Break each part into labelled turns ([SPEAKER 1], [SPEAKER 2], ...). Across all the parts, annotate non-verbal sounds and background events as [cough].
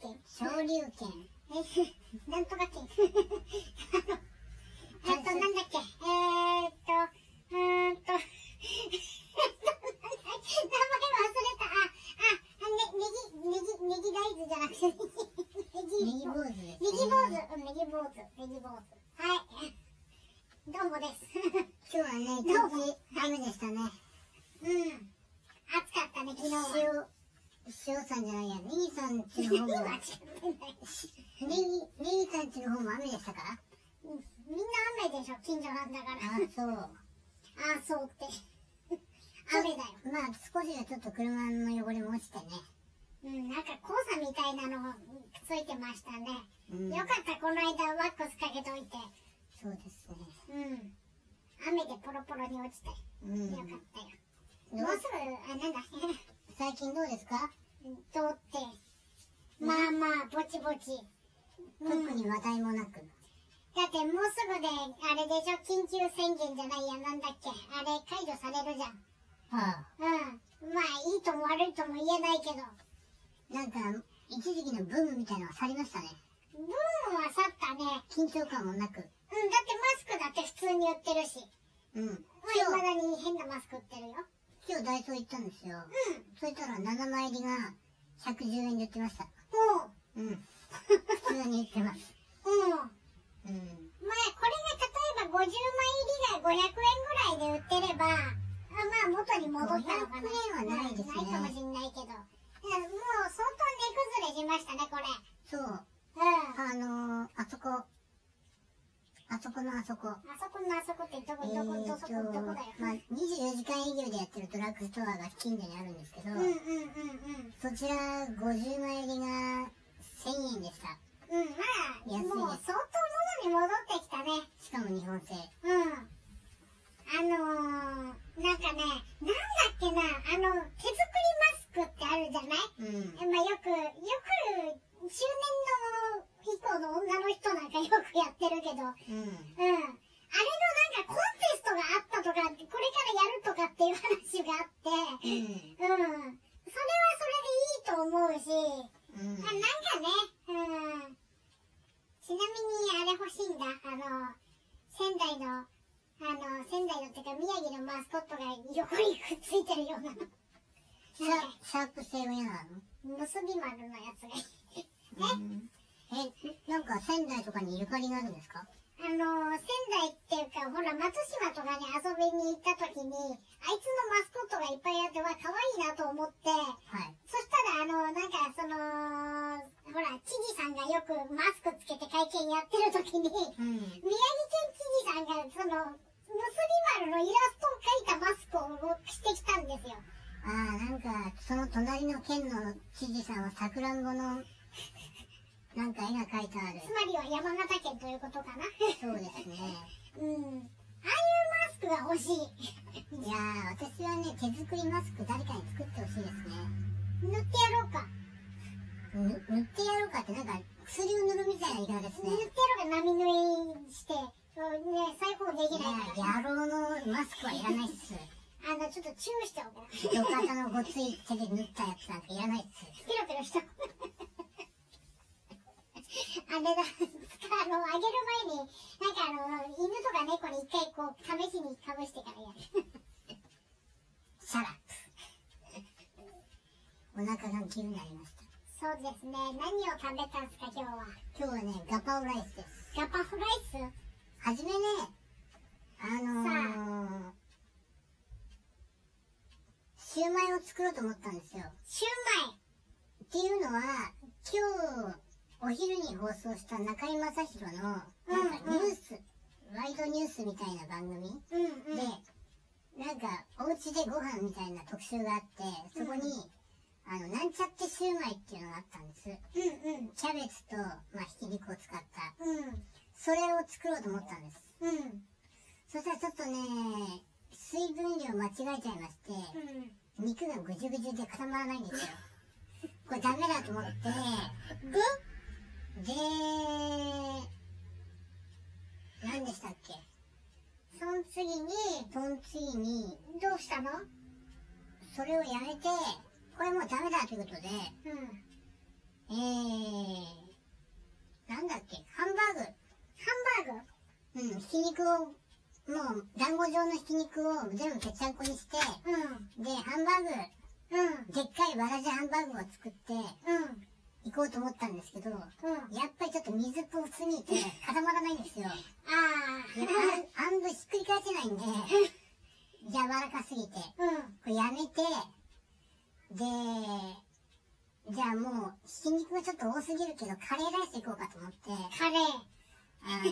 [SPEAKER 1] 竜拳。えなんとか拳。あのえっと、なんだっけ。えー、っと、うーんと。えっとなんだっけ名前忘れた。あ、あ、ね、ネギ、ネギ、ネギ大豆じゃなくて、ネギ、ネギ
[SPEAKER 2] 右坊主です
[SPEAKER 1] ネギ坊主、うん、ネギ坊主、ネギ坊主。はい。どうもです。
[SPEAKER 2] 今日はね、一日雨でしたね。
[SPEAKER 1] うん。暑かったね、昨日は。
[SPEAKER 2] 塩、塩さんじゃないや、ネギさんちの方も、ネ
[SPEAKER 1] 間違ってない
[SPEAKER 2] ギ、ネギさんちの方も雨でしたか
[SPEAKER 1] うんみんな雨でしょ、近所なんだから。
[SPEAKER 2] あ、そう。
[SPEAKER 1] あ、そうって。雨だよ。
[SPEAKER 2] まあ、少しはちょっと車の汚れも落ちてね。
[SPEAKER 1] うん、なんか黄砂みたいなのがついてましたね。
[SPEAKER 2] うん
[SPEAKER 1] よかった、この間ワックスかけといて。
[SPEAKER 2] そうですね。
[SPEAKER 1] うん。雨でポロポロに落ちて。
[SPEAKER 2] う
[SPEAKER 1] よかっ
[SPEAKER 2] ん。
[SPEAKER 1] たよ。
[SPEAKER 2] ど
[SPEAKER 1] もう
[SPEAKER 2] う
[SPEAKER 1] すぐ、あ、なんだ、
[SPEAKER 2] 最近どうですか、
[SPEAKER 1] 通って。まあまあ、ぼちぼち。
[SPEAKER 2] 特に話題もなく。
[SPEAKER 1] だってもうすぐで、あれでしょ、緊急宣言じゃないや、なんだっけ。あれ、解除されるじゃん。
[SPEAKER 2] あ
[SPEAKER 1] うん。まあ、いいとも悪いとも言えないけど。
[SPEAKER 2] あ。なんか、一時期のブームみたいなのは去りましたね。
[SPEAKER 1] ブームは去ったね。うん、だっ
[SPEAKER 2] 緊張感もなく。
[SPEAKER 1] てマスクだって普通に売ってるし。
[SPEAKER 2] うん。
[SPEAKER 1] まあ、未だに変なマスク売ってるよ。
[SPEAKER 2] 今日ダイソー行ったんですよ。
[SPEAKER 1] うん。
[SPEAKER 2] そしたら7枚入りが110円で売ってました。
[SPEAKER 1] もう、
[SPEAKER 2] うん。普通に売ってます。
[SPEAKER 1] うん。
[SPEAKER 2] うん。
[SPEAKER 1] まあ、これが例えば50枚入りが500円ぐらいで売ってれば、あまあ、元に戻ったのかな。
[SPEAKER 2] 500円はないですね
[SPEAKER 1] うんないかもしんないけど。いやもう、相当値崩れしましたね、これ。
[SPEAKER 2] そう。
[SPEAKER 1] うん。
[SPEAKER 2] あのー、あそこ。あそこのあそこ。
[SPEAKER 1] あそこのあそこってど
[SPEAKER 2] え
[SPEAKER 1] こ、どこ、
[SPEAKER 2] ー
[SPEAKER 1] ど
[SPEAKER 2] っ
[SPEAKER 1] そ
[SPEAKER 2] と、
[SPEAKER 1] こ、どこだ
[SPEAKER 2] まあ、
[SPEAKER 1] よ。
[SPEAKER 2] 24時間営業でやってるドラッグストアが近所にあるんですけど、
[SPEAKER 1] うんうんうんうん。
[SPEAKER 2] そちら50枚入りが1000円でした。
[SPEAKER 1] うん、まあ、
[SPEAKER 2] 安いね
[SPEAKER 1] もう相当元に戻ってきたね。
[SPEAKER 2] しかも日本製。
[SPEAKER 1] うん。あのー、なんかね、なんだっけな、あの、手作りマスクってあるじゃない
[SPEAKER 2] うん。
[SPEAKER 1] まあよく、よく、中年の以降の女の人なんかよくやってるけど、うん。あれのなんか
[SPEAKER 2] うん。
[SPEAKER 1] コンテストがあったとか、これからやるとかっていう話があって、
[SPEAKER 2] う
[SPEAKER 1] う
[SPEAKER 2] ん。
[SPEAKER 1] ん。それはそれでいいと思うし、
[SPEAKER 2] うん
[SPEAKER 1] まあ、なんかね、うん。ちなみにあれ欲しいんだ。あの、仙台の、あの、仙台のっていうか宮城のマスコットが横にくっついてるようなの。
[SPEAKER 2] シャシャープ製は嫌なの
[SPEAKER 1] 結び丸のやつがいい。
[SPEAKER 2] うんえ、なんか仙台とかにゆかりがあるんですか
[SPEAKER 1] あの、仙台っていうか、ほら、松島とかに遊びに行った時に、あいつのマスコットがいっぱいあって、わ、可愛いなと思って、
[SPEAKER 2] はい。
[SPEAKER 1] そしたら、あの、なんか、その、ほら、知事さんがよくマスクつけて会見やってる時に、
[SPEAKER 2] うん。
[SPEAKER 1] 宮城県知事さんがその結び丸のイラストを描いたマスクをしてきたんですよ。
[SPEAKER 2] ああ、なんか、その隣の県の知事さんはさくらんぼの、 [laughs] なんか絵が描いてある
[SPEAKER 1] つ。まりは山形県ということかな。
[SPEAKER 2] そうですね。
[SPEAKER 1] うん。ああいうマスクが欲しい。
[SPEAKER 2] いやー、私はね、手作りマスク誰かに作ってほしいですね。
[SPEAKER 1] 塗ってやろうか。
[SPEAKER 2] ぬ塗ってやろうかって、なんか、薬を塗るみたいな言い方ですね
[SPEAKER 1] 塗っ。てやろうか、波縫いして。そうね、裁縫で
[SPEAKER 2] い
[SPEAKER 1] きないから。
[SPEAKER 2] や、野郎のマスクはいらないっす。
[SPEAKER 1] あの、ちょっとチューしておこう。
[SPEAKER 2] 土方のごつい手で塗ったやつなんていらないっす。
[SPEAKER 1] ペロペロした。あれだ、あの、あげる前に、なんかあの、犬とか猫に一回こう、試しにかぶしてからやる。
[SPEAKER 2] シャラップ。お腹が急になりました。
[SPEAKER 1] そうですね。何を食べたんですか、今日は。
[SPEAKER 2] 今日はね、ガパオライスです。
[SPEAKER 1] ガパフライス
[SPEAKER 2] はじめね、あのー、シューマイを作ろうと思ったんですよ。
[SPEAKER 1] シュ
[SPEAKER 2] っていうのは、今日、お昼に放送した中居正広の、なんか
[SPEAKER 1] うん
[SPEAKER 2] ニ
[SPEAKER 1] うん
[SPEAKER 2] ュース、ワイドニュースみたいな番組
[SPEAKER 1] ーマイう
[SPEAKER 2] で、なんか、お家でご飯みたいな特集があって、そこに、あの、なんちゃってシューマイっていうのがあったんです。
[SPEAKER 1] うんうん。
[SPEAKER 2] キャベツと、まあ、ひき肉を使った。
[SPEAKER 1] うん。
[SPEAKER 2] それを作ろうと思ったんです。
[SPEAKER 1] うん。うん。
[SPEAKER 2] そしたらちょっとね、水分量間違えちゃいまして、
[SPEAKER 1] う
[SPEAKER 2] 肉がぐじゅぐじゅで固まらないんですよ。これダメだと思って、
[SPEAKER 1] ん。具
[SPEAKER 2] で、何でしたっけ
[SPEAKER 1] その次に、
[SPEAKER 2] その次に、
[SPEAKER 1] どうしたの
[SPEAKER 2] それをやめて、これもうダメだということで、
[SPEAKER 1] うん。
[SPEAKER 2] えー、なんだっけ、ハンバー
[SPEAKER 1] ハンバーグ
[SPEAKER 2] グ。うん、ひき肉を、もう、団子状のひき肉を全部ぺちゃんこにして、
[SPEAKER 1] うん。
[SPEAKER 2] で、ハンバー
[SPEAKER 1] うん。
[SPEAKER 2] グ、でっかいわらじハンバーグを作って、
[SPEAKER 1] うん。
[SPEAKER 2] 行こうと思ったんですけど、や
[SPEAKER 1] うん。
[SPEAKER 2] っぱりちょっと水っぽすぎて固まらないんですよ。
[SPEAKER 1] ああ。
[SPEAKER 2] で半半分ひっくり返せないんで、柔らかすぎて。
[SPEAKER 1] うん。
[SPEAKER 2] これやめて、で、じゃあもう、ひき肉がちょっと多すぎるけど、カレーライスいこうかと思って、
[SPEAKER 1] カレー。
[SPEAKER 2] あの、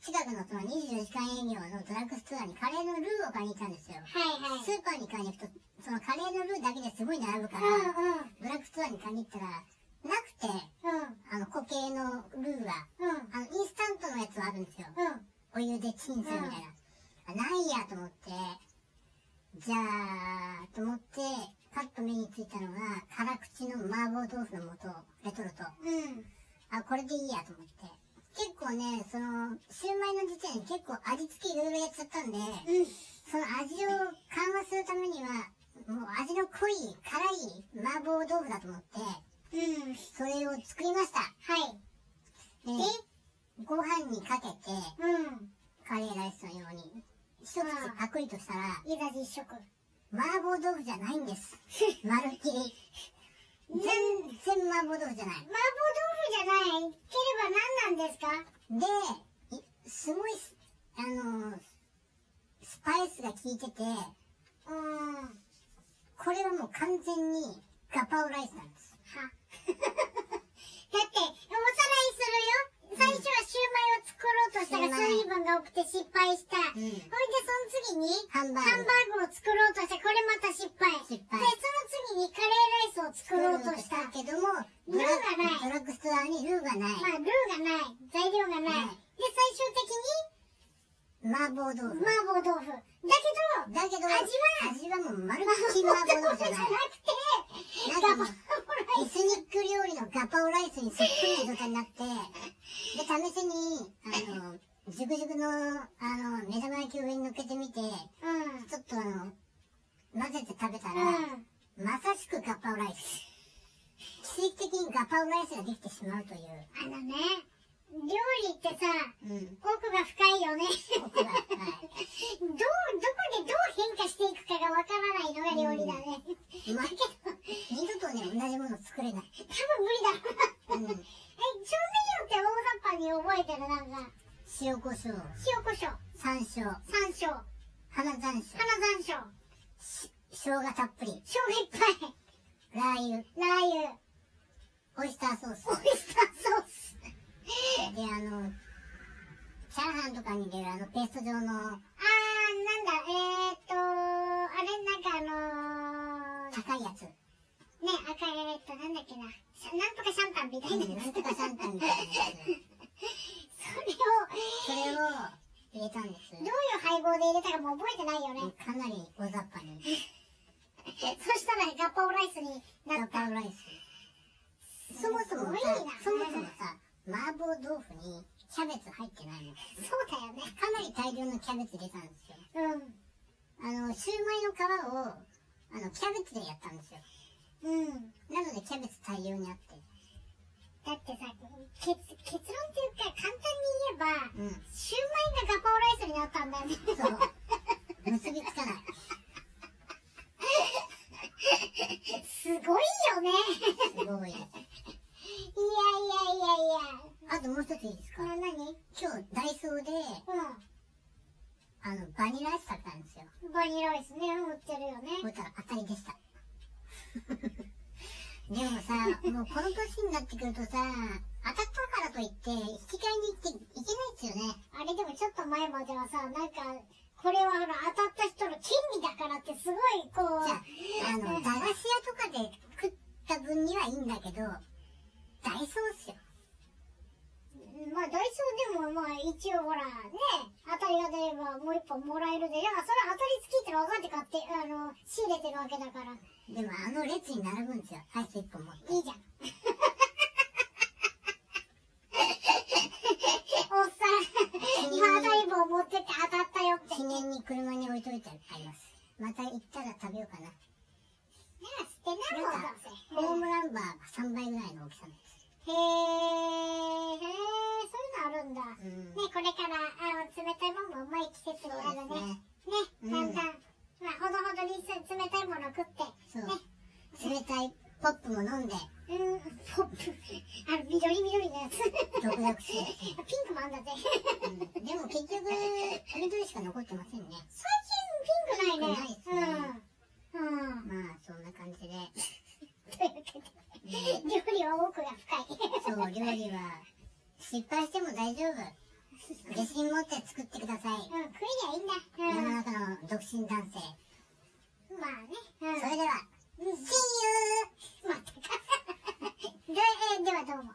[SPEAKER 2] 近くのその24時間営業のドラッグストアにカレーのルーを買いに行ったんですよ。
[SPEAKER 1] はいはい。
[SPEAKER 2] スーパーに買いに行くと、そのカレーのルーだけですごい並ぶから、
[SPEAKER 1] う
[SPEAKER 2] ドラッグストアに買いに行ったら、なくて、
[SPEAKER 1] んうん。
[SPEAKER 2] あの、固形のルーが、
[SPEAKER 1] うん。うん。
[SPEAKER 2] あの、インスタントのやつはあるんですよ。
[SPEAKER 1] うん。
[SPEAKER 2] お湯でチンするみたいな。あないやと思って、じゃあ、と思って、パッと目についたのが、辛口の麻婆豆腐の素、レトルト。
[SPEAKER 1] うん。
[SPEAKER 2] あ、これでいいやと思って。結構ね、その、シューマイの時点で結構味付けいろいろやっちゃったんで、
[SPEAKER 1] うん。
[SPEAKER 2] その味を緩和するためには、もう味の濃い、辛い麻婆豆腐だと思って、
[SPEAKER 1] うん。
[SPEAKER 2] それを作りました。
[SPEAKER 1] はい。
[SPEAKER 2] で
[SPEAKER 1] で、
[SPEAKER 2] ご飯にかけて、
[SPEAKER 1] うん。
[SPEAKER 2] カレーライスのように、一口パクリとしたら、
[SPEAKER 1] いざ実食。
[SPEAKER 2] 麻婆豆腐じゃないん
[SPEAKER 1] [laughs]
[SPEAKER 2] です。まるっきり。全然麻婆豆腐じゃ
[SPEAKER 1] 麻婆豆
[SPEAKER 2] ない。
[SPEAKER 1] 腐じゃないければ何なんですか
[SPEAKER 2] で、いすごいす、あのースパイスが効いてて、
[SPEAKER 1] うん。は。
[SPEAKER 2] これはもう完全にガパオライスなんです。
[SPEAKER 1] [laughs] だって、おさらいするよ。最初はシューマイを作ろうとしたら
[SPEAKER 2] シュ
[SPEAKER 1] 水分が多くて失敗した。ほ
[SPEAKER 2] う
[SPEAKER 1] い
[SPEAKER 2] ん
[SPEAKER 1] で、その次に、
[SPEAKER 2] ハンバー
[SPEAKER 1] ハン
[SPEAKER 2] グ。
[SPEAKER 1] バーグを作ろうとした。これまた失敗。
[SPEAKER 2] 失敗
[SPEAKER 1] で、その次にカレーライスを作ろうとした。
[SPEAKER 2] けども、
[SPEAKER 1] ルーがない
[SPEAKER 2] ドラッグストアにルーがない。
[SPEAKER 1] まあ、ルーがない。材料がない。
[SPEAKER 2] ない
[SPEAKER 1] で、最
[SPEAKER 2] 麻婆豆
[SPEAKER 1] 終的
[SPEAKER 2] 腐
[SPEAKER 1] に、。麻婆豆腐。だけど、
[SPEAKER 2] だけど、
[SPEAKER 1] 味は
[SPEAKER 2] 味はもうまるっきり麻
[SPEAKER 1] 麻
[SPEAKER 2] 婆
[SPEAKER 1] 婆豆
[SPEAKER 2] 豆
[SPEAKER 1] 腐
[SPEAKER 2] 腐じ
[SPEAKER 1] じ
[SPEAKER 2] ゃ
[SPEAKER 1] ゃな
[SPEAKER 2] ない。なん
[SPEAKER 1] くて、ガ
[SPEAKER 2] かも
[SPEAKER 1] パ
[SPEAKER 2] う
[SPEAKER 1] オラ
[SPEAKER 2] エ
[SPEAKER 1] イス。
[SPEAKER 2] スニック料理のガパオライスにそっくりな状態になって、で、試しに、あの、熟熟の、あの、目玉焼きを上に乗っけてみて、ちょ
[SPEAKER 1] うん。
[SPEAKER 2] っとあの、混ぜて食べたら、
[SPEAKER 1] うん。
[SPEAKER 2] まさしくガパオライス。奇跡的にガパオライスができてしまうとい
[SPEAKER 1] あのね、料理ってさ、
[SPEAKER 2] う。うん。
[SPEAKER 1] 奥が深いよね。
[SPEAKER 2] 僕が、はい。
[SPEAKER 1] どう、どこでどう変化していくかがわからないのが料理だね。
[SPEAKER 2] ま
[SPEAKER 1] だけど、多分無
[SPEAKER 2] 二度とね、同じもの作れない。
[SPEAKER 1] 理だろうな。
[SPEAKER 2] うん。
[SPEAKER 1] え、調味料って大雑把に覚えてるなんか、
[SPEAKER 2] 塩コショウ、
[SPEAKER 1] 塩コショウ、
[SPEAKER 2] 山椒、
[SPEAKER 1] 山椒、
[SPEAKER 2] 花山椒、
[SPEAKER 1] 花山椒、
[SPEAKER 2] 生姜たっぷり、
[SPEAKER 1] 生姜いっぱい、
[SPEAKER 2] ラー
[SPEAKER 1] ラー油、
[SPEAKER 2] 油、オイスターソース。
[SPEAKER 1] オイスターソース。
[SPEAKER 2] で、あの、チャーハンとかに入れるあのペースト状の
[SPEAKER 1] あー、なんだ、えーっと、あれなんかあのー、
[SPEAKER 2] 高いやつ。
[SPEAKER 1] ね、赤いえーっと、なんだっけな、しなんとかシャンタンみた
[SPEAKER 2] ないん
[SPEAKER 1] な
[SPEAKER 2] と
[SPEAKER 1] やつ。
[SPEAKER 2] かシャンタンみたいなや
[SPEAKER 1] それを、
[SPEAKER 2] つ。それを入れたん
[SPEAKER 1] どう
[SPEAKER 2] で
[SPEAKER 1] いう配合で入れたかもう覚えてないよね。
[SPEAKER 2] す。かなり大雑把に。
[SPEAKER 1] そしたらガパオライスにな
[SPEAKER 2] ガ
[SPEAKER 1] った。
[SPEAKER 2] パオライス。そもそ
[SPEAKER 1] す
[SPEAKER 2] も
[SPEAKER 1] ごい
[SPEAKER 2] さ
[SPEAKER 1] な、
[SPEAKER 2] そもそもさ、麻婆豆腐にキャベツ入ってないの。
[SPEAKER 1] そうだよね。
[SPEAKER 2] かなり大量のキャベツ入れたんですよ。
[SPEAKER 1] う
[SPEAKER 2] あの、シューマイの皮を、あの、キャベツでやったんです
[SPEAKER 1] ん。
[SPEAKER 2] よ。
[SPEAKER 1] うん。
[SPEAKER 2] なのでキャベツ大量にあって。
[SPEAKER 1] だってさ、結結論っていうか簡単に言えば、
[SPEAKER 2] うん。
[SPEAKER 1] シューマイがガパオライスになったんだよね。
[SPEAKER 2] そう。結びつかない。
[SPEAKER 1] [laughs] すごいよね。
[SPEAKER 2] すごい。
[SPEAKER 1] いやいやいやいや。
[SPEAKER 2] あともう一ついいですか
[SPEAKER 1] これ何う
[SPEAKER 2] 今日ダイソーであのバニラアイス食べたんですよ
[SPEAKER 1] ん。バニラアイスね、売ってるよね。
[SPEAKER 2] 思ったら当たりでした [laughs] でもさもうこの年になってくるとさ当たったからといって引き換えに行っていけないですよね
[SPEAKER 1] あれでもちょっと前まではさ、なんか、これはほら当たった人の権利だからってすごいこう、
[SPEAKER 2] じゃああの駄菓子屋とかで食った分にはいいんだけどダイソーっすよ
[SPEAKER 1] まあダイソーでもまあ一応ほらね当たりが出ればもう一本もらえるでいやそれは当たりつきってのは分かって買ってあの仕入れてるわけだからいい
[SPEAKER 2] でもあの列に並ぶんですよアイス1本持って
[SPEAKER 1] じゃんおっさん今当たり棒持ってって当たったよって
[SPEAKER 2] 記念に車に置いといてありますまた行ったら食べようかな
[SPEAKER 1] なら捨てなもんだぜ
[SPEAKER 2] ホームランバーが3倍ぐらいの大きさなんです
[SPEAKER 1] へえ、へえ、そういうのあるんだ。ね、
[SPEAKER 2] う
[SPEAKER 1] これ
[SPEAKER 2] ん
[SPEAKER 1] から、あの、冷たいもんもうまい季節になる
[SPEAKER 2] そう
[SPEAKER 1] ね。
[SPEAKER 2] う
[SPEAKER 1] ね、
[SPEAKER 2] ん
[SPEAKER 1] だんだん、まあ、ほどほどに冷たいもの食って、
[SPEAKER 2] そう
[SPEAKER 1] ね。
[SPEAKER 2] 冷たいポップも飲んで、
[SPEAKER 1] うん、ポップ。あの、緑緑のやつ。
[SPEAKER 2] 毒薬して。
[SPEAKER 1] ピンクもあんだぜ。
[SPEAKER 2] うん、でも結局、緑しか残ってませんね。
[SPEAKER 1] 最近ピンクないね。
[SPEAKER 2] ピンクないっ
[SPEAKER 1] うん。うん。
[SPEAKER 2] まあ、そんな感じで。
[SPEAKER 1] というわけで、料理は奥が深い。
[SPEAKER 2] そう、料理は、失敗しても大丈夫。自信持って作ってください。
[SPEAKER 1] うん、食いりゃいい
[SPEAKER 2] 世
[SPEAKER 1] んだ。
[SPEAKER 2] の中の独身男性。
[SPEAKER 1] うん。まあね。うん。
[SPEAKER 2] それでは、
[SPEAKER 1] うん、See you! またか。で、えーではどうも。